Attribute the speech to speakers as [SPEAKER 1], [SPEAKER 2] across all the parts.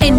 [SPEAKER 1] En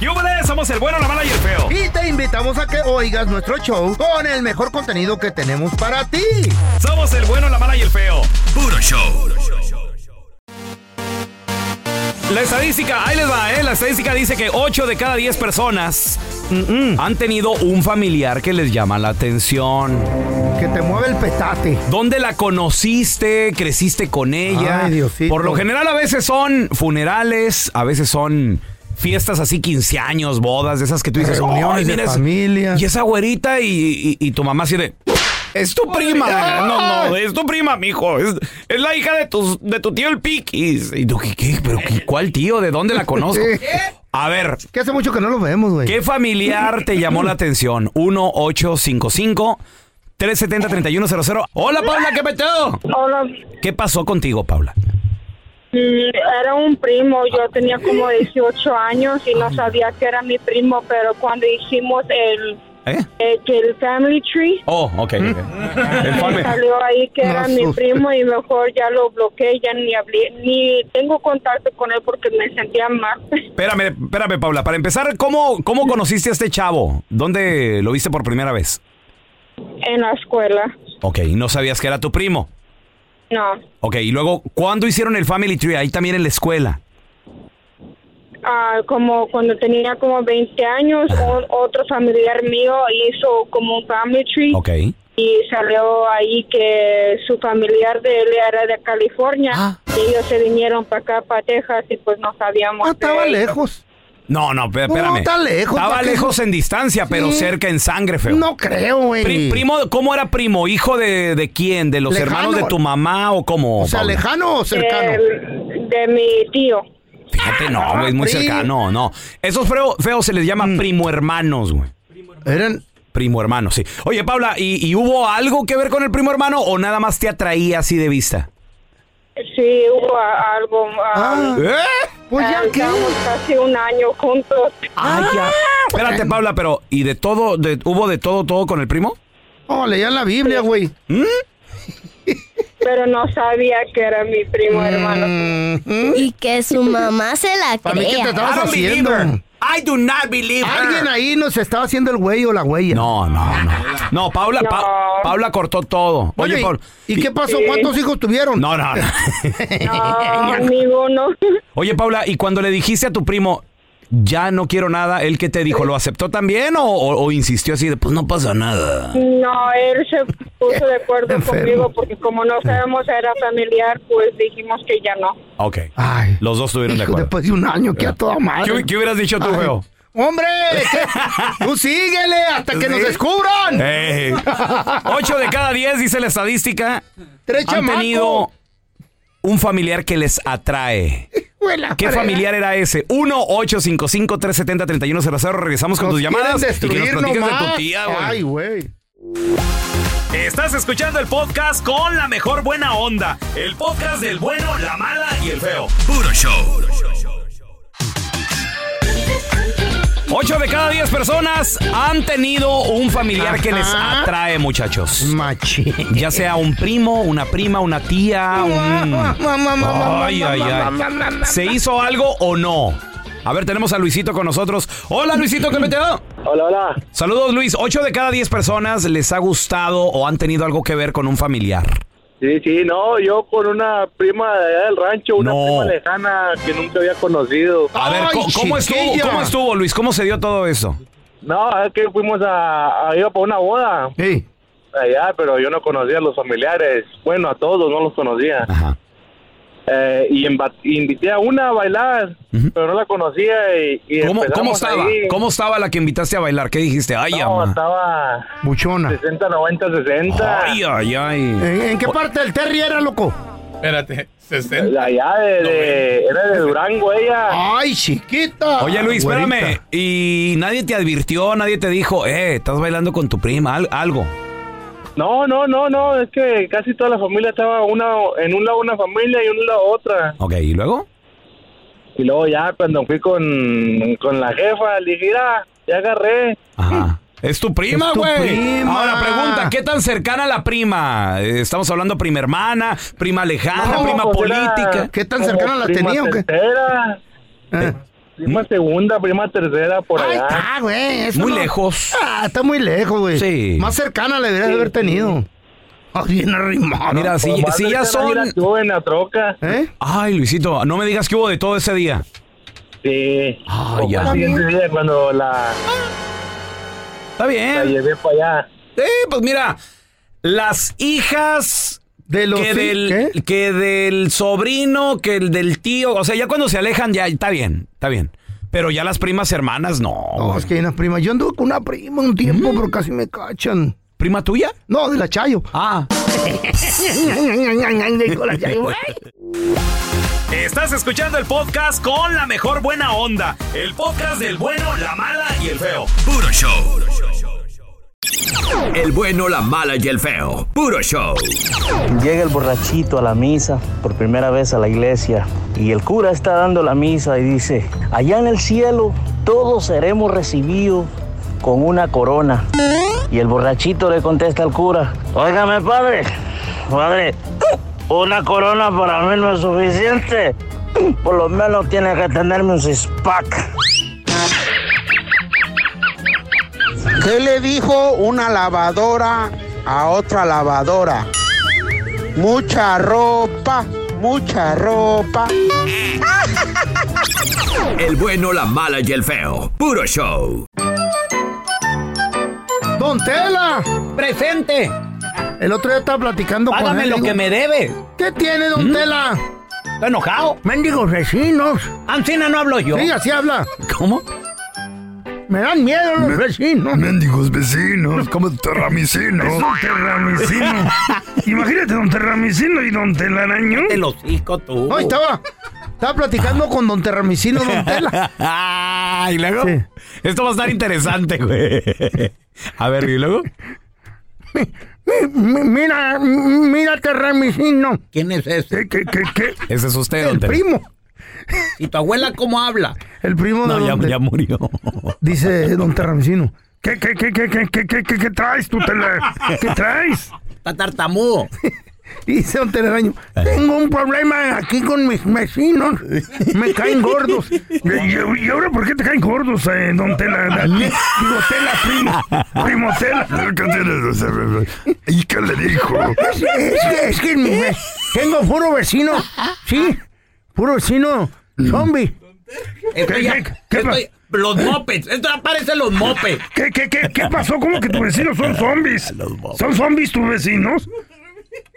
[SPEAKER 2] ¡Yúbales! Somos el bueno, la mala y el feo.
[SPEAKER 3] Y te invitamos a que oigas nuestro show con el mejor contenido que tenemos para ti.
[SPEAKER 2] Somos el bueno, la mala y el feo. Puro show. La estadística, ahí les va, ¿eh? La estadística dice que 8 de cada 10 personas mm, mm, han tenido un familiar que les llama la atención.
[SPEAKER 3] Que te mueve el petate.
[SPEAKER 2] ¿Dónde la conociste? ¿Creciste con ella?
[SPEAKER 3] Ay, Diosito.
[SPEAKER 2] Por lo general a veces son funerales, a veces son fiestas así, 15 años, bodas, de esas que tú dices, "Ay,
[SPEAKER 3] Reuniones de
[SPEAKER 2] mira, es-
[SPEAKER 3] familia.
[SPEAKER 2] Y esa güerita y, y- y tu mamá así de... Es tu prima. No, no, es tu prima, mijo. Es, es la hija de, tus, de tu tío el Piquis. Y tú, ¿qué, qué? ¿Pero qué, cuál tío? ¿De dónde la conozco?
[SPEAKER 3] Sí.
[SPEAKER 2] A ver,
[SPEAKER 3] Que hace mucho que no lo vemos, güey.
[SPEAKER 2] ¿Qué familiar te llamó la atención? 1-855-370-3100. Hola, Paula, ¿qué peteo?
[SPEAKER 4] Hola,
[SPEAKER 2] ¿Qué pasó contigo, Paula?
[SPEAKER 4] mm, era un primo, yo tenía como 18 años y no sabía que era mi primo, pero cuando hicimos el,
[SPEAKER 2] ¿Eh?
[SPEAKER 4] eh, que el family tree,
[SPEAKER 2] Oh, ok. ok. El
[SPEAKER 4] me
[SPEAKER 2] fame.
[SPEAKER 4] salió ahí que
[SPEAKER 3] No
[SPEAKER 4] era mi
[SPEAKER 3] asustes.
[SPEAKER 4] primo y mejor ya lo bloqueé, ya ni hablé, ni tengo contacto con él porque me sentía mal.
[SPEAKER 2] Espérame, espérame, Paula. Para empezar, ¿cómo, ¿cómo conociste a este chavo? ¿Dónde lo viste por primera vez?
[SPEAKER 4] en la escuela.
[SPEAKER 2] Ok, y no sabías que era tu primo.
[SPEAKER 4] No,
[SPEAKER 2] Ok, y luego, ¿cuándo hicieron el Family Tree? Ahí también en la escuela.
[SPEAKER 4] Ah, como cuando tenía como 20 años, un- otro familiar mío hizo como un family tree.
[SPEAKER 2] Ok.
[SPEAKER 4] y salió ahí que su familiar de él era de California
[SPEAKER 2] Ah.
[SPEAKER 4] y ellos se vinieron para acá, para Texas y pues no sabíamos.
[SPEAKER 3] Ah,
[SPEAKER 4] de
[SPEAKER 3] estaba
[SPEAKER 4] ellos.
[SPEAKER 3] lejos.
[SPEAKER 2] No, no, pe-
[SPEAKER 3] No,
[SPEAKER 2] espérame.
[SPEAKER 3] está lejos,
[SPEAKER 2] Estaba
[SPEAKER 3] ¿para qué?
[SPEAKER 2] lejos en distancia, pero
[SPEAKER 3] Sí.
[SPEAKER 2] cerca en sangre, feo.
[SPEAKER 3] No creo, güey.
[SPEAKER 2] Pri- primo, ¿cómo era primo? ¿Hijo de, de quién? ¿De los
[SPEAKER 3] Lejano.
[SPEAKER 2] hermanos de tu mamá o cómo?
[SPEAKER 3] O sea,
[SPEAKER 2] Paula?
[SPEAKER 3] lejano o cercano.
[SPEAKER 4] De, de mi tío.
[SPEAKER 2] Fíjate, no, güey, es
[SPEAKER 3] Primo.
[SPEAKER 2] muy
[SPEAKER 3] Mm.
[SPEAKER 2] cercano, no. Esos feo- feos se les llama primo hermanos, güey.
[SPEAKER 3] Eran.
[SPEAKER 2] Primo hermano, sí. Oye, Paula, ¿y, y hubo algo que ver con el primo hermano o nada más te atraía así de vista?
[SPEAKER 4] Sí, hubo a- algo.
[SPEAKER 3] Ah,
[SPEAKER 4] ah,
[SPEAKER 2] ¿Eh?
[SPEAKER 3] Pues
[SPEAKER 4] ah,
[SPEAKER 3] ya qué.
[SPEAKER 4] estábamos casi un año juntos.
[SPEAKER 3] Ay, ya.
[SPEAKER 2] Espérate, Paula, pero ¿y de todo, de- hubo de todo, todo con el primo? ¿Mm?
[SPEAKER 3] Oh, leían la Biblia, güey.
[SPEAKER 4] Pero no sabía que era mi primo hermano.
[SPEAKER 3] Mm,
[SPEAKER 5] Y que su mamá se la
[SPEAKER 3] Para mí, ¿qué te
[SPEAKER 5] crea.
[SPEAKER 3] estabas
[SPEAKER 2] I don't believe
[SPEAKER 3] haciendo?
[SPEAKER 2] her. I do not believe her.
[SPEAKER 3] Alguien ahí nos estaba haciendo el güey o la huella.
[SPEAKER 2] Ah. No, no, no. No, Paula, Pa-
[SPEAKER 4] No.
[SPEAKER 2] Paula cortó todo. Oye,
[SPEAKER 3] Oye,
[SPEAKER 2] Paula.
[SPEAKER 3] ¿y, qué pasó? ¿Cuántos hijos tuvieron?
[SPEAKER 2] No, no, no.
[SPEAKER 4] No, ninguno.
[SPEAKER 2] Oye, Paula, ¿y cuando le dijiste a tu primo, ya no quiero nada, él qué te dijo? ¿Lo aceptó también o, o- o insistió así de, pues no pasa nada?
[SPEAKER 4] No, él se puso de acuerdo
[SPEAKER 3] Enfermo.
[SPEAKER 4] conmigo porque como no sabemos era familiar, pues dijimos que ya no.
[SPEAKER 2] Ok.
[SPEAKER 3] Ay.
[SPEAKER 2] Los dos estuvieron de
[SPEAKER 3] Hijo,
[SPEAKER 2] acuerdo.
[SPEAKER 3] Después de un año, que a toda
[SPEAKER 2] ¿Qué,
[SPEAKER 3] madre.
[SPEAKER 2] hu- qué hubieras dicho tú,
[SPEAKER 3] Ay,
[SPEAKER 2] feo?
[SPEAKER 3] Hombre, ¿qué? tú síguele hasta que nos descubran.
[SPEAKER 2] Ey. Eh. Ocho de cada diez, dice la estadística,
[SPEAKER 3] Tres
[SPEAKER 2] han
[SPEAKER 3] chamacos.
[SPEAKER 2] tenido un familiar que les atrae.
[SPEAKER 3] Huela,
[SPEAKER 2] ¿Qué
[SPEAKER 3] frega.
[SPEAKER 2] familiar era ese? 1-855-370-3100. Regresamos con
[SPEAKER 3] Nos
[SPEAKER 2] tus llamadas.
[SPEAKER 3] quieren
[SPEAKER 2] Y que
[SPEAKER 3] destruir
[SPEAKER 2] nos platiques de
[SPEAKER 3] nomás.
[SPEAKER 2] tu tía, güey.
[SPEAKER 3] Ay, güey.
[SPEAKER 2] Estás escuchando el podcast con la mejor buena onda. El podcast del bueno, la mala y el feo. Puro show. 8 de cada 10 personas han tenido un familiar que les
[SPEAKER 3] Ajá.
[SPEAKER 2] atrae, muchachos.
[SPEAKER 3] Machi.
[SPEAKER 2] Ya sea un primo, una prima, una tía, un... Ay, ay, ay. ¿Se hizo algo o no? A ver, tenemos a Luisito con nosotros. Hola, Luisito, ¿qué me te va?
[SPEAKER 6] Hola, hola.
[SPEAKER 2] Saludos, Luis. Ocho de cada diez personas les ha gustado o han tenido algo que ver con un familiar.
[SPEAKER 6] Sí, sí, no, yo con una prima de allá del rancho, una
[SPEAKER 2] No.
[SPEAKER 6] prima lejana que nunca había conocido.
[SPEAKER 2] A ver, ¿cómo, cómo estuvo? ¿Cómo estuvo, Luis? ¿Cómo se dio todo eso?
[SPEAKER 6] No, es que fuimos a, a ir para una boda
[SPEAKER 7] Sí.
[SPEAKER 6] allá, pero yo no conocía a los familiares. Bueno, a todos no los conocía.
[SPEAKER 2] Ajá.
[SPEAKER 6] Eh, y inva- invité a una a bailar, pero no la conocía y, y
[SPEAKER 2] ¿Cómo,
[SPEAKER 6] empezamos
[SPEAKER 2] cómo estaba?
[SPEAKER 6] ahí.
[SPEAKER 2] ¿Cómo estaba la que invitaste a bailar? ¿Qué dijiste? Ay,
[SPEAKER 6] No,
[SPEAKER 2] ama.
[SPEAKER 6] estaba
[SPEAKER 7] Buchona.
[SPEAKER 6] 60, 90, 60.
[SPEAKER 2] Ay, ay, ay.
[SPEAKER 7] ¿En, en qué parte del Terry era, loco?
[SPEAKER 8] Espérate, 60.
[SPEAKER 6] De allá de, de- era de Durango ella.
[SPEAKER 7] Ay, chiquita.
[SPEAKER 2] Oye, Luis,
[SPEAKER 7] Güerita.
[SPEAKER 2] espérame. ¿Y nadie te advirtió? ¿Nadie te dijo, eh, estás bailando con tu prima? al- algo.
[SPEAKER 6] No, no, no, no, es que casi toda la familia estaba una en un lado una familia y en un lado otra.
[SPEAKER 2] Ok, ¿y luego?
[SPEAKER 6] Y luego ya cuando fui con, con la jefa, le dije, mira, ya agarré.
[SPEAKER 2] Ajá. Es tu prima,
[SPEAKER 7] Es tu
[SPEAKER 2] güey.
[SPEAKER 7] prima.
[SPEAKER 2] Ahora pregunta, ¿qué tan cercana a la prima? Eh, Estamos hablando prima hermana, prima lejana,
[SPEAKER 6] No,
[SPEAKER 2] prima
[SPEAKER 6] pues era
[SPEAKER 2] política.
[SPEAKER 7] ¿Qué tan
[SPEAKER 6] como
[SPEAKER 7] cercana la
[SPEAKER 6] prima
[SPEAKER 7] tenía o qué?
[SPEAKER 6] Tercera,
[SPEAKER 7] Eh.
[SPEAKER 6] prima segunda, prima tercera, por
[SPEAKER 7] Ahí
[SPEAKER 6] allá.
[SPEAKER 7] está,
[SPEAKER 3] Ah,
[SPEAKER 7] güey. eso
[SPEAKER 2] Muy
[SPEAKER 7] no-
[SPEAKER 2] lejos.
[SPEAKER 7] Ah, está muy lejos, güey.
[SPEAKER 2] Sí.
[SPEAKER 7] Más cercana la deberías de haber tenido. Ay, bien arrimado.
[SPEAKER 2] Mira,
[SPEAKER 6] Por
[SPEAKER 2] si,
[SPEAKER 6] más
[SPEAKER 2] si
[SPEAKER 6] de
[SPEAKER 2] ya
[SPEAKER 6] esa
[SPEAKER 2] son...
[SPEAKER 6] vida estuve en la troca.
[SPEAKER 7] ¿Eh?
[SPEAKER 2] Ay, Luisito, no me digas que hubo de todo ese día.
[SPEAKER 6] Sí. Pues,
[SPEAKER 2] Ah,
[SPEAKER 6] Como
[SPEAKER 2] ya.
[SPEAKER 6] al siguiente día cuando la,
[SPEAKER 2] Está
[SPEAKER 6] la
[SPEAKER 2] bien.
[SPEAKER 6] llevé para allá.
[SPEAKER 2] Eh, pues mira, las hijas
[SPEAKER 7] De los
[SPEAKER 2] que,
[SPEAKER 7] sí-
[SPEAKER 2] del,
[SPEAKER 7] ¿qué?
[SPEAKER 2] que del sobrino, que el del tío, o sea, ya cuando se alejan, ya está bien, está bien. Pero ya las primas hermanas, no.
[SPEAKER 7] No, es que hay unas primas. Yo anduve con una prima un tiempo, pero casi me cachan.
[SPEAKER 2] Mm. ¿Prima tuya?
[SPEAKER 7] No, de la Chayo.
[SPEAKER 2] Ah.
[SPEAKER 7] Dijo la Chayo, güey.
[SPEAKER 2] Estás escuchando el podcast con la mejor buena onda. El podcast del bueno, la mala y el feo.
[SPEAKER 9] Puro show. El bueno, la mala y el feo. Puro show.
[SPEAKER 10] Llega el borrachito a la misa por primera vez a la iglesia y el cura está dando la misa y dice, allá en el cielo todos seremos recibidos con una corona. Y el borrachito le contesta al cura, óigame padre, padre, una corona para mí no es suficiente, por lo menos tiene que tenerme un six-pack.
[SPEAKER 6] ¿Qué le dijo una lavadora a otra lavadora? Mucha ropa, mucha ropa.
[SPEAKER 9] El bueno, la mala y el feo. Puro show.
[SPEAKER 7] Don Tela.
[SPEAKER 2] Presente,
[SPEAKER 7] El otro día estaba platicando con él. digo,
[SPEAKER 2] debe.
[SPEAKER 7] ¿Qué tiene, don Tela?
[SPEAKER 2] Estoy enojado.
[SPEAKER 7] Mendigos vecinos.
[SPEAKER 2] Ancina no hablo yo.
[SPEAKER 7] Sí, así habla.
[SPEAKER 2] ¿Cómo?
[SPEAKER 7] Me dan miedo los vecinos.
[SPEAKER 8] Mendigos vecinos, como terramicino. Es un terramicino. Imagínate, don terramicino y don telaraño.
[SPEAKER 2] Te lo cico tú.
[SPEAKER 7] No, ahí estaba. Estaba platicando con don Terramicino, don Tela.
[SPEAKER 2] Ah, y luego.
[SPEAKER 7] Sí.
[SPEAKER 2] Esto va a estar interesante, güey. A ver, ¿y luego?
[SPEAKER 7] Mi- Mira, mira Terramicino.
[SPEAKER 2] ¿Quién es ese?
[SPEAKER 8] ¿Qué, qué, qué, qué?
[SPEAKER 2] Ese es usted,
[SPEAKER 7] El
[SPEAKER 2] don Tela.
[SPEAKER 7] primo.
[SPEAKER 2] ¿Y tu abuela cómo habla?
[SPEAKER 7] El primo de
[SPEAKER 2] No,
[SPEAKER 7] don
[SPEAKER 2] ya,
[SPEAKER 7] Te-
[SPEAKER 2] ya murió.
[SPEAKER 7] Dice don Terramicino.
[SPEAKER 8] ¿Qué, qué, qué, qué, qué, qué, qué, qué, qué traes tú, tela? ¿Qué traes?
[SPEAKER 2] Está tartamudo.
[SPEAKER 7] Dice don Telaraño, tengo un problema aquí con mis vecinos. Me caen gordos.
[SPEAKER 8] ¿Y, y- y ahora por qué te caen gordos, eh, don
[SPEAKER 7] Ah,
[SPEAKER 8] Tela? Digo, Tela, primo. Primo Tela. ¿Qué tienes? ¿Y qué le dijo?
[SPEAKER 7] Es, es que, es que mi ve- tengo puro vecino. Sí, puro vecino zombie.
[SPEAKER 8] ¿Qué, qué, qué, pa-
[SPEAKER 2] los mopeds. Esto aparecen los mopeds.
[SPEAKER 8] qué, qué, qué- qué pasó? ¿Cómo que tus vecinos son zombies? ¿Son zombies tus vecinos?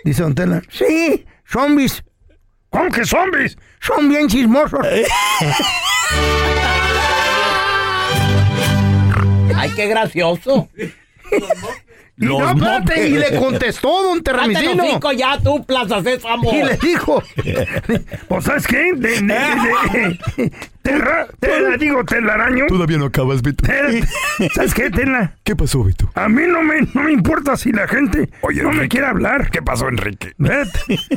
[SPEAKER 7] Dice don Tela. Sí, zombies.
[SPEAKER 8] ¿Cómo que zombies?
[SPEAKER 7] Son bien chismosos.
[SPEAKER 2] Ay, qué gracioso.
[SPEAKER 7] Y no,
[SPEAKER 2] Los
[SPEAKER 7] espérate,
[SPEAKER 2] mopeds.
[SPEAKER 7] y le contestó don Terramicino.
[SPEAKER 2] ya tú, Plaza
[SPEAKER 7] Y
[SPEAKER 2] Sésamo.
[SPEAKER 7] le dijo,
[SPEAKER 8] ¿O "Pues, sabes qué? De, de- de- de- terra, tela, digo, telaraño.
[SPEAKER 9] Todavía no acabas, Beto.
[SPEAKER 8] Tel- ¿Sabes qué, Tela?
[SPEAKER 9] ¿Qué pasó, Beto?
[SPEAKER 8] A mí no me, no me importa si la gente no me quiere hablar.
[SPEAKER 9] ¿Qué pasó, Enrique?
[SPEAKER 8] Vet,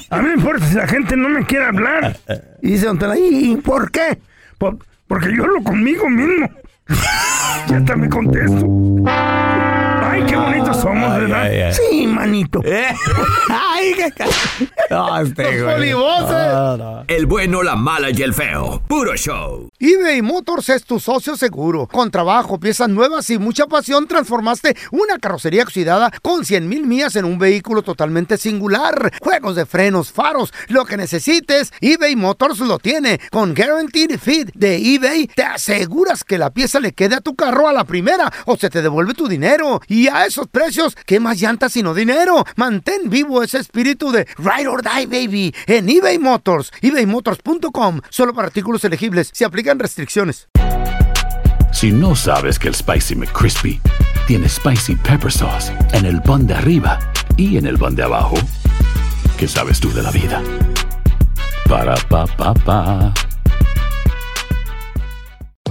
[SPEAKER 8] A mí me importa si la gente no me quiere hablar.
[SPEAKER 7] y dice don Tela, ¿y y por qué?
[SPEAKER 8] Por- porque yo hablo conmigo mismo. Ya hasta me contesto. Ay, qué bonitos somos, ¿verdad?
[SPEAKER 7] Sí, manito.
[SPEAKER 9] Eh.
[SPEAKER 2] Ay, qué. ca- No, este,
[SPEAKER 7] Los
[SPEAKER 2] güey.
[SPEAKER 7] polivoces.
[SPEAKER 9] El bueno, la mala y el feo. Puro show.
[SPEAKER 7] eBay Motors es tu socio seguro. Con trabajo, piezas nuevas y mucha pasión, transformaste una carrocería oxidada con 100 mil millas en un vehículo totalmente singular. Juegos de frenos, faros, lo que necesites, eBay Motors lo tiene. Con Guaranteed Fit de eBay, te aseguras que la pieza le quede a tu carro a la primera o se te devuelve tu dinero. Y a esos precios, ¿qué más llantas sino dinero? Mantén vivo ese espíritu de Ride or Die, baby, en eBay Motors. ebaymotors.com, solo para artículos elegibles. Se aplican restricciones.
[SPEAKER 11] Si no sabes que el Spicy McCrispy tiene Spicy Pepper Sauce en el pan de arriba y en el pan de abajo, ¿qué sabes tú de la vida? Para, pa, pa, pa.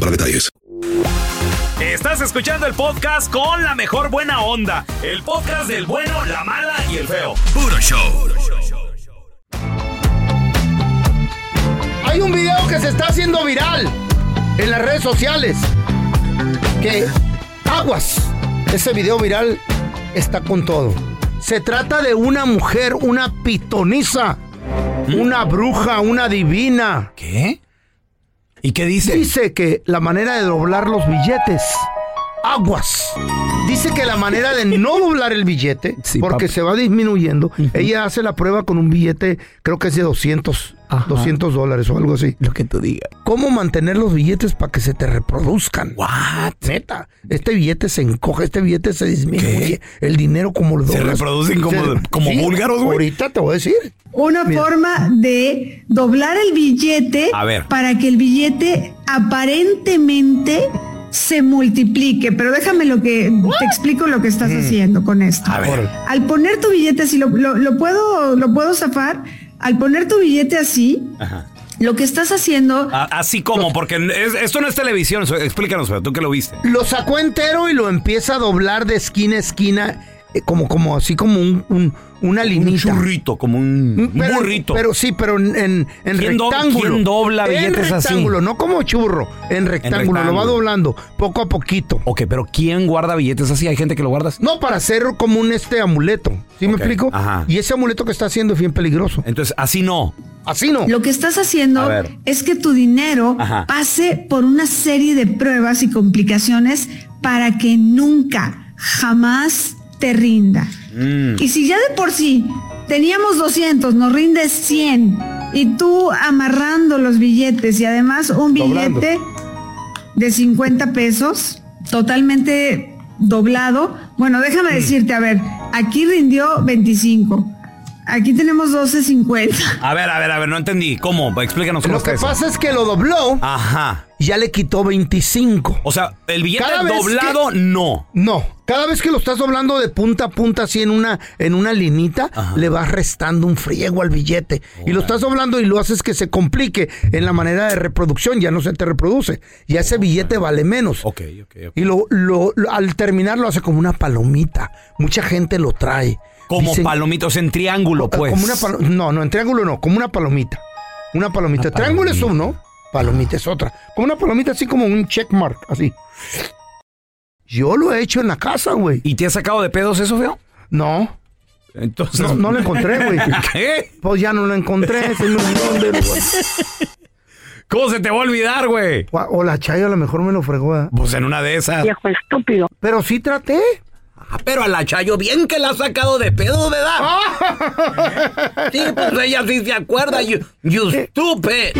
[SPEAKER 12] para detalles.
[SPEAKER 13] Estás escuchando el podcast con la mejor buena onda. El podcast del bueno, la mala y el feo.
[SPEAKER 9] Puro show.
[SPEAKER 7] Hay un video que se está haciendo viral en las redes sociales. Que aguas. Ese video viral está con todo. Se trata de una mujer, una pitonisa, una bruja, una divina.
[SPEAKER 2] ¿Mm? ¿Qué? ¿Y qué dice?
[SPEAKER 7] Dice que la manera de doblar los billetes, aguas. Dice que la manera de no doblar el billete, porque se va disminuyendo, ella hace la prueba con un billete, creo que es de 200, 200 dólares o algo así. Lo que tú digas. ¿Cómo mantener los billetes para que se te reproduzcan? What? Neta, este billete se encoge, este billete se disminuye, el dinero como lo
[SPEAKER 2] Se
[SPEAKER 7] doblas.
[SPEAKER 2] reproducen como- como búlgaros, güey.
[SPEAKER 7] Ahorita te voy a decir.
[SPEAKER 14] Una
[SPEAKER 7] Mira.
[SPEAKER 14] forma de doblar el billete
[SPEAKER 7] A ver.
[SPEAKER 14] para que el billete aparentemente se multiplique. Pero déjame lo que te explico lo que estás
[SPEAKER 7] Mm.
[SPEAKER 14] haciendo con esto. Al poner tu billete, si lo, lo- lo puedo, lo puedo zafar, al poner tu billete así,
[SPEAKER 2] Ajá.
[SPEAKER 14] lo que estás haciendo
[SPEAKER 2] A- Así como, porque es- esto no es televisión. so- Explícanos, pero tú que lo viste.
[SPEAKER 7] Lo sacó entero y lo empieza a doblar de esquina a esquina, eh, como, como así como un, un- una linita. Un churrito,
[SPEAKER 2] como un,
[SPEAKER 7] pero,
[SPEAKER 2] burrito.
[SPEAKER 7] Pero sí, pero en, en, en
[SPEAKER 2] ¿Quién do-
[SPEAKER 7] rectángulo.
[SPEAKER 2] quién dobla billetes
[SPEAKER 7] En
[SPEAKER 2] así?
[SPEAKER 7] rectángulo, no como churro, en rectángulo, lo va
[SPEAKER 2] rectángulo.
[SPEAKER 7] doblando poco a poquito.
[SPEAKER 2] Ok, pero ¿quién guarda billetes así? ¿Hay gente que lo guarda así?
[SPEAKER 7] No, para hacer como un este amuleto, ¿sí me
[SPEAKER 2] Ok,
[SPEAKER 7] explico?
[SPEAKER 2] ajá.
[SPEAKER 7] Y ese amuleto que está haciendo es bien peligroso.
[SPEAKER 2] Entonces, así no.
[SPEAKER 7] Así no.
[SPEAKER 14] Lo que estás haciendo
[SPEAKER 2] A ver.
[SPEAKER 14] es que tu dinero
[SPEAKER 2] Ajá.
[SPEAKER 14] pase por una serie de pruebas y complicaciones para que nunca, jamás te rinda.
[SPEAKER 8] Mm.
[SPEAKER 14] Y si ya de por sí teníamos 200, nos rinde 100 y tú amarrando los billetes y además un
[SPEAKER 15] Doblando.
[SPEAKER 14] billete de 50 pesos totalmente doblado, bueno, déjame decirte, a ver, aquí rindió 25. Aquí tenemos 12.50.
[SPEAKER 2] A ver, a ver, a ver, no entendí. ¿Cómo? Explícanos cómo
[SPEAKER 7] Lo que pasa es que lo dobló.
[SPEAKER 2] Ajá.
[SPEAKER 7] Ya le quitó 25.
[SPEAKER 2] O sea, el billete
[SPEAKER 7] Cada vez
[SPEAKER 2] doblado,
[SPEAKER 7] que-
[SPEAKER 2] no.
[SPEAKER 7] No, cada vez que lo estás doblando de punta a punta así en una en una linita, le vas restando un friego al billete y lo estás doblando y lo haces que se complique en la manera de reproducción, ya no se te reproduce, ya ese billete vale menos. Y lo, lo- lo- al terminar lo hace como una palomita. Mucha gente lo trae.
[SPEAKER 2] Como
[SPEAKER 7] Dicen-
[SPEAKER 2] palomitos en triángulo,
[SPEAKER 7] Ah,
[SPEAKER 2] pues.
[SPEAKER 7] Como una palo- no, no, en triángulo no, como una palomita. Una palomita. triángulo es uno, palomita es otra. Como una palomita así como un checkmark, así. Yo lo he hecho en la casa, güey.
[SPEAKER 2] ¿Y te has sacado de pedos eso, feo?
[SPEAKER 7] No.
[SPEAKER 2] Entonces.
[SPEAKER 7] No, no lo encontré, güey.
[SPEAKER 2] ¿Qué?
[SPEAKER 7] Pues ya no lo encontré, se me olvidó dónde lo-
[SPEAKER 2] ¿Cómo se te va a olvidar, güey?
[SPEAKER 7] O o la Chayo a lo mejor me lo fregó. ¿eh?
[SPEAKER 2] Pues en una de esas.
[SPEAKER 7] estúpido. Pero sí traté.
[SPEAKER 2] Ah, pero a la Chayo, bien que la ha sacado de pedo, ¿verdad?
[SPEAKER 7] Ah.
[SPEAKER 2] sí, pues ella sí se acuerda. You, you stupid.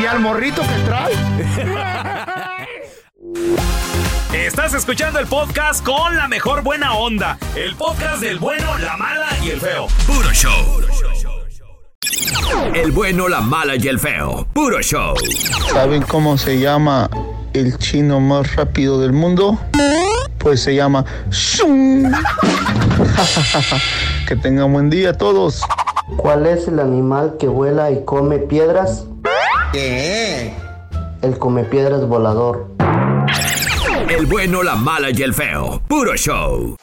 [SPEAKER 7] Y al morrito que trae.
[SPEAKER 13] Estás escuchando el podcast con la mejor buena onda. El podcast del bueno, la mala y el feo.
[SPEAKER 9] Puro show. El bueno, la mala y el feo. Puro show.
[SPEAKER 16] ¿Saben cómo se llama el chino más rápido del mundo? Pues se llama Shun. que tengan buen día todos.
[SPEAKER 17] ¿Cuál es el animal que vuela y come piedras?
[SPEAKER 18] ¿Qué? El comepiedra es volador.
[SPEAKER 9] El bueno, la mala y el feo. Puro show.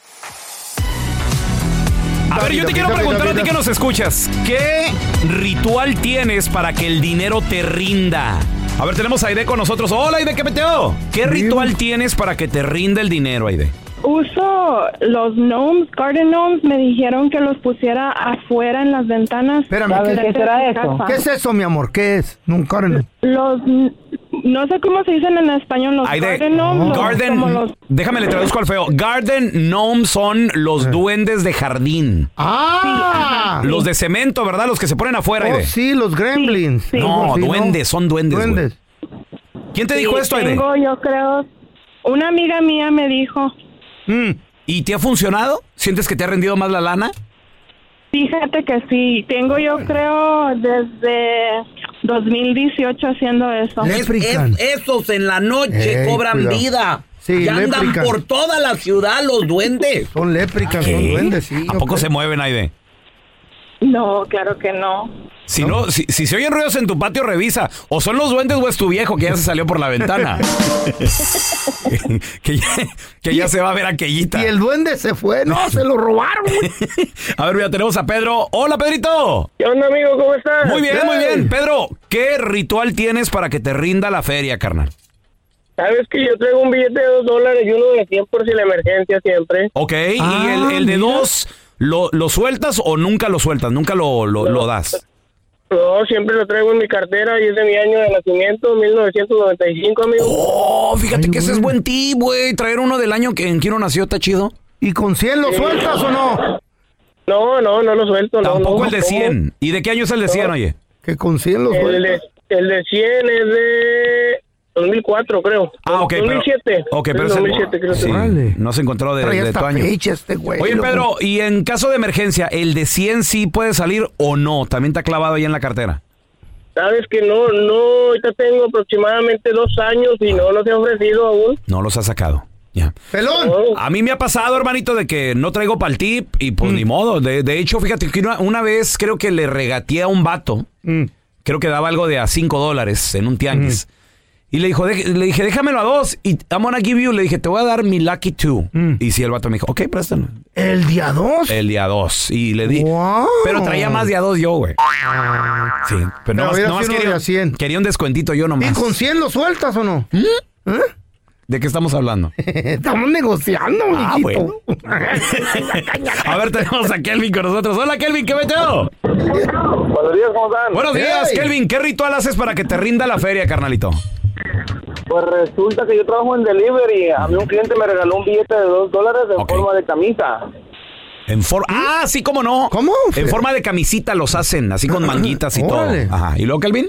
[SPEAKER 2] A ver, yo te quiero preguntar a ti que nos escuchas. ¿Qué ritual tienes para que el dinero te rinda? A ver, tenemos a Aide con nosotros. Hola, Aide, ¿qué meteo? ¿Qué ritual tienes para que te rinda el dinero, Aide?
[SPEAKER 4] Uso los gnomes, garden gnomes, me dijeron que los pusiera afuera en las ventanas.
[SPEAKER 7] Espérame, ¿qué, ¿Qué es eso, mi amor? ¿Qué es? Nunca no.
[SPEAKER 4] Los, no sé cómo se dicen en español, los
[SPEAKER 2] Aide,
[SPEAKER 4] garden gnomes. los-
[SPEAKER 2] garden,
[SPEAKER 4] como los-
[SPEAKER 2] déjame le traduzco al feo. Garden gnomes son los duendes de jardín.
[SPEAKER 7] Eh. ¡Ah!
[SPEAKER 2] Los de cemento, ¿verdad? Los que se ponen afuera,
[SPEAKER 7] Oh,
[SPEAKER 2] Aide.
[SPEAKER 7] sí, los gremlins.
[SPEAKER 2] No,
[SPEAKER 7] Sí,
[SPEAKER 2] duendes, son duendes. Duendes. ¿Quién te dijo
[SPEAKER 4] Sí,
[SPEAKER 2] esto, Aide?
[SPEAKER 4] Tengo, yo creo, una amiga mía me dijo,
[SPEAKER 7] Mm.
[SPEAKER 2] ¿Y te ha funcionado? ¿Sientes que te ha rendido más la lana?
[SPEAKER 4] fíjate que sí, tengo yo creo desde 2018 haciendo eso.
[SPEAKER 19] esos en la noche
[SPEAKER 4] Ey,
[SPEAKER 19] cobran
[SPEAKER 4] cuidado.
[SPEAKER 19] vida.
[SPEAKER 4] Sí,
[SPEAKER 19] y andan
[SPEAKER 4] leprechaun.
[SPEAKER 19] por toda la ciudad los duendes.
[SPEAKER 7] Son léplicas,
[SPEAKER 2] ¿Qué?
[SPEAKER 7] son duendes, sí.
[SPEAKER 2] ¿A poco se mueven, Aide?
[SPEAKER 4] No, claro que no.
[SPEAKER 2] Si no, si, si se oyen ruidos en tu patio, revisa. O son los duendes o es tu viejo que ya se salió por la ventana. que, ya, que ya se va a ver aquellita.
[SPEAKER 7] Y el duende se fue. No, se lo robaron.
[SPEAKER 2] A ver, mira, tenemos a Pedro. Hola, Pedrito.
[SPEAKER 17] ¿Qué onda, amigo? ¿Cómo estás?
[SPEAKER 2] Muy bien, muy
[SPEAKER 17] Hey.
[SPEAKER 2] bien. Pedro, ¿qué ritual tienes para que te rinda la feria, carnal?
[SPEAKER 17] Sabes que yo traigo un billete de dos dólares y uno de 100 por si la emergencia siempre.
[SPEAKER 2] Ok, y
[SPEAKER 7] Ah,
[SPEAKER 2] el, el de dos, ¿lo, lo sueltas o nunca lo sueltas? Nunca lo, lo- lo das.
[SPEAKER 17] No, siempre lo traigo en mi cartera y es de mi año de nacimiento, 1995, amigo.
[SPEAKER 2] Oh, fíjate que ese es buen ti, güey. Traer uno del año que en que uno nació está chido.
[SPEAKER 7] ¿Y con 100 lo sueltas o no?
[SPEAKER 17] No, no, no lo suelto. no,
[SPEAKER 2] Tampoco
[SPEAKER 17] no,
[SPEAKER 2] el de
[SPEAKER 17] ¿cómo?
[SPEAKER 2] 100. ¿Y de qué año es el de 100, oye?
[SPEAKER 7] Que con 100 lo
[SPEAKER 17] El
[SPEAKER 7] sueltas.
[SPEAKER 17] de, el de 100 es de 2004, creo.
[SPEAKER 2] Ah, ok. pero-
[SPEAKER 17] 2007.
[SPEAKER 2] ok,
[SPEAKER 17] Es
[SPEAKER 2] pero ese-
[SPEAKER 17] 2007, creo. que
[SPEAKER 2] sí,
[SPEAKER 17] fue.
[SPEAKER 2] no se encontró de,
[SPEAKER 7] Trae
[SPEAKER 2] de
[SPEAKER 7] hasta
[SPEAKER 2] tu año.
[SPEAKER 7] fecha este güey,
[SPEAKER 2] Oye,
[SPEAKER 7] loco.
[SPEAKER 2] Pedro, y en caso de emergencia, ¿el de 100 sí puede salir o no? También está clavado ahí en la cartera.
[SPEAKER 17] Sabes que no, no, ahorita tengo aproximadamente dos años y no, no se ha ofrecido aún.
[SPEAKER 2] No los ha sacado.
[SPEAKER 7] ¡Pelón!
[SPEAKER 2] A mí me ha pasado, hermanito, de que no traigo para el tip y
[SPEAKER 7] Mm.
[SPEAKER 2] pues ni modo. De, de hecho, fíjate que una, una vez creo que le regateé a un vato.
[SPEAKER 7] Mm.
[SPEAKER 2] Creo que daba algo de a 5 dólares en un tianguis.
[SPEAKER 7] Mm.
[SPEAKER 2] Y le, dijo, "Dej- le dije, déjamelo a dos. Y I'm gonna give you. Le dije, te voy a dar mi lucky two. Y si el vato me dijo, ok, préstalo.
[SPEAKER 7] Mm. ¿El día 2?
[SPEAKER 2] El día 2. Y le di.
[SPEAKER 7] Wow.
[SPEAKER 2] Pero traía más de a 2 yo, güey. Sí. Pero
[SPEAKER 7] Pero
[SPEAKER 2] no,
[SPEAKER 7] hubiera
[SPEAKER 2] no más
[SPEAKER 7] sido de
[SPEAKER 2] quería,
[SPEAKER 7] a 100.
[SPEAKER 2] quería un descuentito yo
[SPEAKER 7] ¿Y
[SPEAKER 2] nomás.
[SPEAKER 7] con 100 lo sueltas o no?
[SPEAKER 19] ¿Mm?
[SPEAKER 7] ¿Eh?
[SPEAKER 2] ¿De qué estamos hablando?
[SPEAKER 7] Estamos negociando,
[SPEAKER 2] Ah,
[SPEAKER 7] mijito.
[SPEAKER 2] bueno. A ver, tenemos a Kelvin con nosotros. Hola, Kelvin, ¿qué meteo?
[SPEAKER 20] Buenos días, ¿cómo están?
[SPEAKER 2] Buenos días,
[SPEAKER 20] Hey.
[SPEAKER 2] Kelvin. ¿Qué ritual haces para que te rinda la feria, carnalito?
[SPEAKER 20] Pues resulta que yo trabajo en delivery. A mí un cliente me regaló un billete de dos dólares en forma de camisa.
[SPEAKER 2] En forma.
[SPEAKER 20] ¿Mm?
[SPEAKER 2] Ah, sí, cómo no. ¿Cómo? En forma de camisita los hacen, así con manguitas y todo.
[SPEAKER 20] Órale.
[SPEAKER 2] Ajá. ¿Y luego, Kelvin?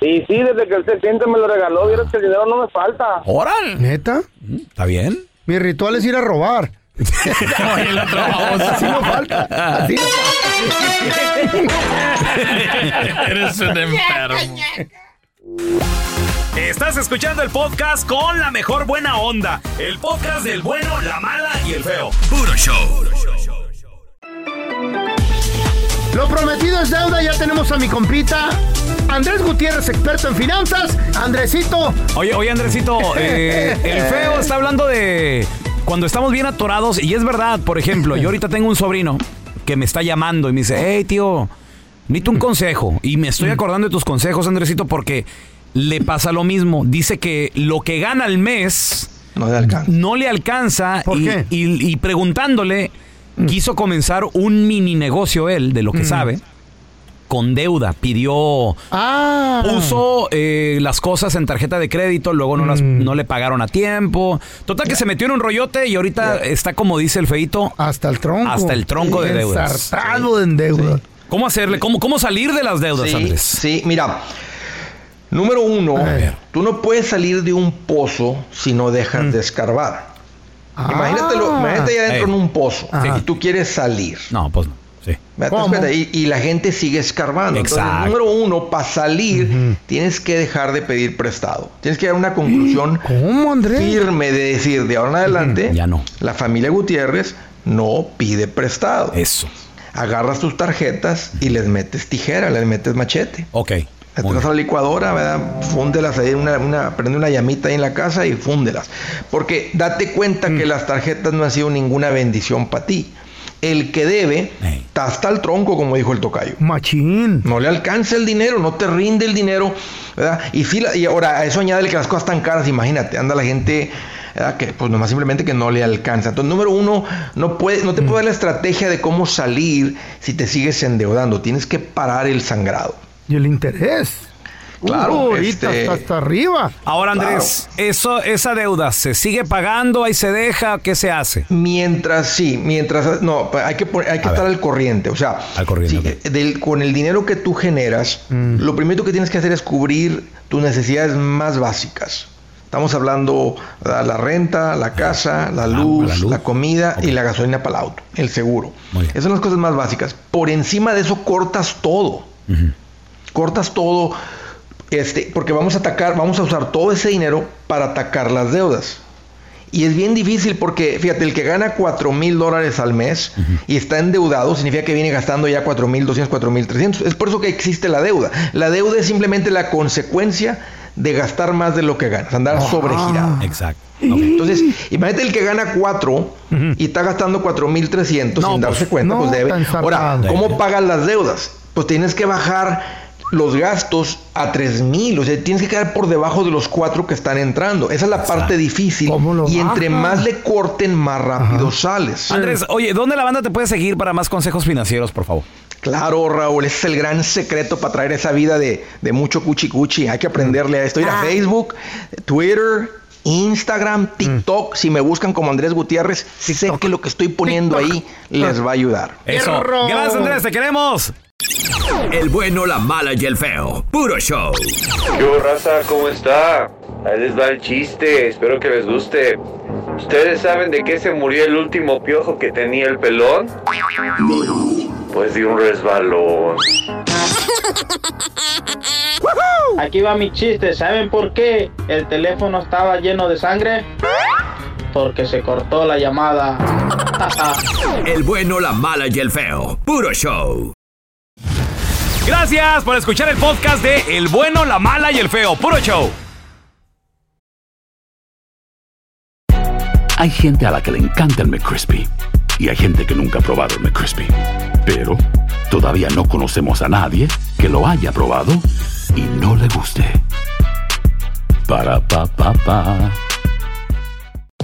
[SPEAKER 20] Y sí, desde que el cliente me lo regaló, vieron que el dinero no me falta.
[SPEAKER 2] ¡Oral!
[SPEAKER 7] ¿Neta?
[SPEAKER 19] ¿Mm?
[SPEAKER 2] ¿Está bien?
[SPEAKER 7] Mi ritual es ir a robar. Así no falta. Así no
[SPEAKER 2] Eres
[SPEAKER 7] un
[SPEAKER 2] enfermo. Estás escuchando el podcast con la mejor buena onda. El podcast del bueno, la mala y el feo.
[SPEAKER 9] Puro show.
[SPEAKER 7] Lo prometido es deuda, ya tenemos a mi compita Andrés Gutiérrez, experto en finanzas. Andresito.
[SPEAKER 2] Oye, oye, Andresito, eh, el feo está hablando de cuando estamos bien atorados, y es verdad, por ejemplo, yo ahorita tengo un sobrino que me está llamando y me dice, hey, tío, necesito un consejo. Y me estoy acordando de tus consejos, Andresito, porque le pasa lo mismo. Dice que lo que gana al mes
[SPEAKER 20] no le alcanza.
[SPEAKER 2] y, y- y preguntándole, quiso comenzar un mini negocio él, de lo que sabe, con deuda. Pidió
[SPEAKER 7] Ah.
[SPEAKER 2] puso eh, las cosas en tarjeta de crédito, luego no, las,
[SPEAKER 7] Mm.
[SPEAKER 2] no le pagaron a tiempo. Total que se metió en un rollote y ahorita está como dice el feito.
[SPEAKER 7] Hasta el tronco.
[SPEAKER 2] Hasta el tronco de deudas.
[SPEAKER 7] Ensartado en deuda.
[SPEAKER 2] ¿Cómo hacerle? ¿Cómo, cómo salir de las deudas,
[SPEAKER 21] sí,
[SPEAKER 2] Andrés?
[SPEAKER 21] Sí, mira. Número uno, tú no puedes salir de un pozo si no dejas de escarbar. Imagínatelo, imagínate ya dentro
[SPEAKER 2] Ey.
[SPEAKER 21] en un pozo y tú quieres salir.
[SPEAKER 2] No, pues no. Sí.
[SPEAKER 21] ¿Te das cuenta? Y, y la gente sigue escarbando.
[SPEAKER 2] Exacto.
[SPEAKER 21] Entonces, número uno, para salir, tienes que dejar de pedir prestado. Tienes que dar una conclusión firme de decir, de ahora en adelante, ya no. la familia Gutiérrez no pide prestado.
[SPEAKER 2] Eso.
[SPEAKER 21] Agarras tus tarjetas y les metes tijera, les metes machete.
[SPEAKER 2] Ok.
[SPEAKER 21] Entras a la licuadora, ¿verdad? Fúndelas ahí, una, una- prende una llamita ahí en la casa y fúndelas. Porque date cuenta
[SPEAKER 2] Mm.
[SPEAKER 21] que las tarjetas no han sido ninguna bendición para ti. El que debe, hasta el tronco, como dijo el tocayo.
[SPEAKER 3] Machín.
[SPEAKER 21] No le alcanza el dinero, no te rinde el dinero, ¿verdad? Y, sí la- y ahora, a eso añádele que las cosas están caras, imagínate, anda la gente, ¿verdad? Que pues nomás simplemente que no le alcanza. Entonces, número uno, no, puede,
[SPEAKER 3] Mm.
[SPEAKER 21] no te puede dar la estrategia de cómo salir si te sigues endeudando. Tienes que parar el sangrado.
[SPEAKER 3] Y el interés.
[SPEAKER 21] Claro,
[SPEAKER 3] Uh, ahorita
[SPEAKER 21] este-
[SPEAKER 3] está hasta arriba.
[SPEAKER 13] Ahora, Andrés, eso, esa deuda se sigue pagando, ahí se deja, ¿qué se hace?
[SPEAKER 21] Mientras sí, mientras no, hay que pon- hay que estar al corriente, o sea, sí, eh, del- con el dinero que tú generas,
[SPEAKER 13] Mm.
[SPEAKER 21] lo primero que tienes que hacer es cubrir tus necesidades más básicas. Estamos hablando ¿verdad? la renta, la casa, la luz, la, comida y la gasolina para el auto, el seguro. Esas son las cosas más básicas. Por encima de eso cortas todo. Cortas todo este, porque vamos a atacar, vamos a usar todo ese dinero para atacar las deudas. Y es bien difícil porque, fíjate, el que gana 4 mil dólares al mes y está endeudado, significa que viene gastando ya 4 mil 200, 4 mil 300. Es por eso que existe la deuda. La deuda es simplemente la consecuencia de gastar más de lo que ganas, andar
[SPEAKER 2] Ah,
[SPEAKER 21] sobregirado.
[SPEAKER 13] Exacto.
[SPEAKER 21] Entonces, imagínate el que gana 4 y está gastando 4.300 sin darse cuenta, pues debe.
[SPEAKER 3] tan
[SPEAKER 21] Ahora,
[SPEAKER 3] zarpado.
[SPEAKER 21] ¿cómo pagas las deudas? Pues tienes que bajar los gastos a 3.000, o sea, tienes que quedar por debajo de los 4 que están entrando. Esa es la parte difícil. Y entre
[SPEAKER 13] bajas?
[SPEAKER 21] más le corten, más rápido sales.
[SPEAKER 13] Andrés, oye, ¿dónde la banda te puede seguir para más consejos financieros, por favor?
[SPEAKER 21] Claro, Raúl, ese es el gran secreto para traer esa vida de, de mucho cuchi cuchi. Hay que aprenderle a esto. Ir a Facebook, Twitter, Instagram, TikTok. Si me buscan como Andrés Gutiérrez, sé que lo que estoy poniendo ahí les va a ayudar.
[SPEAKER 9] Eso.
[SPEAKER 13] Gracias, Andrés, te queremos.
[SPEAKER 9] El bueno, la mala y el feo. Puro show.
[SPEAKER 22] Yo, raza, ¿cómo está? Ahí les va el chiste, espero que les guste. ¿Ustedes saben de qué se murió el último piojo que tenía el pelón? Pues de un resbalón.
[SPEAKER 23] Aquí va mi chiste. ¿Saben por qué el teléfono estaba lleno de sangre? Porque se cortó la llamada.
[SPEAKER 9] El bueno, la mala y el feo. Puro show.
[SPEAKER 13] Gracias por escuchar el podcast de El bueno, la mala y el feo. Puro show.
[SPEAKER 11] Hay gente a la que le encanta el McCrispy y hay gente que nunca ha probado el McCrispy. Pero todavía no conocemos a nadie que lo haya probado y no le guste. Para pa pa pa.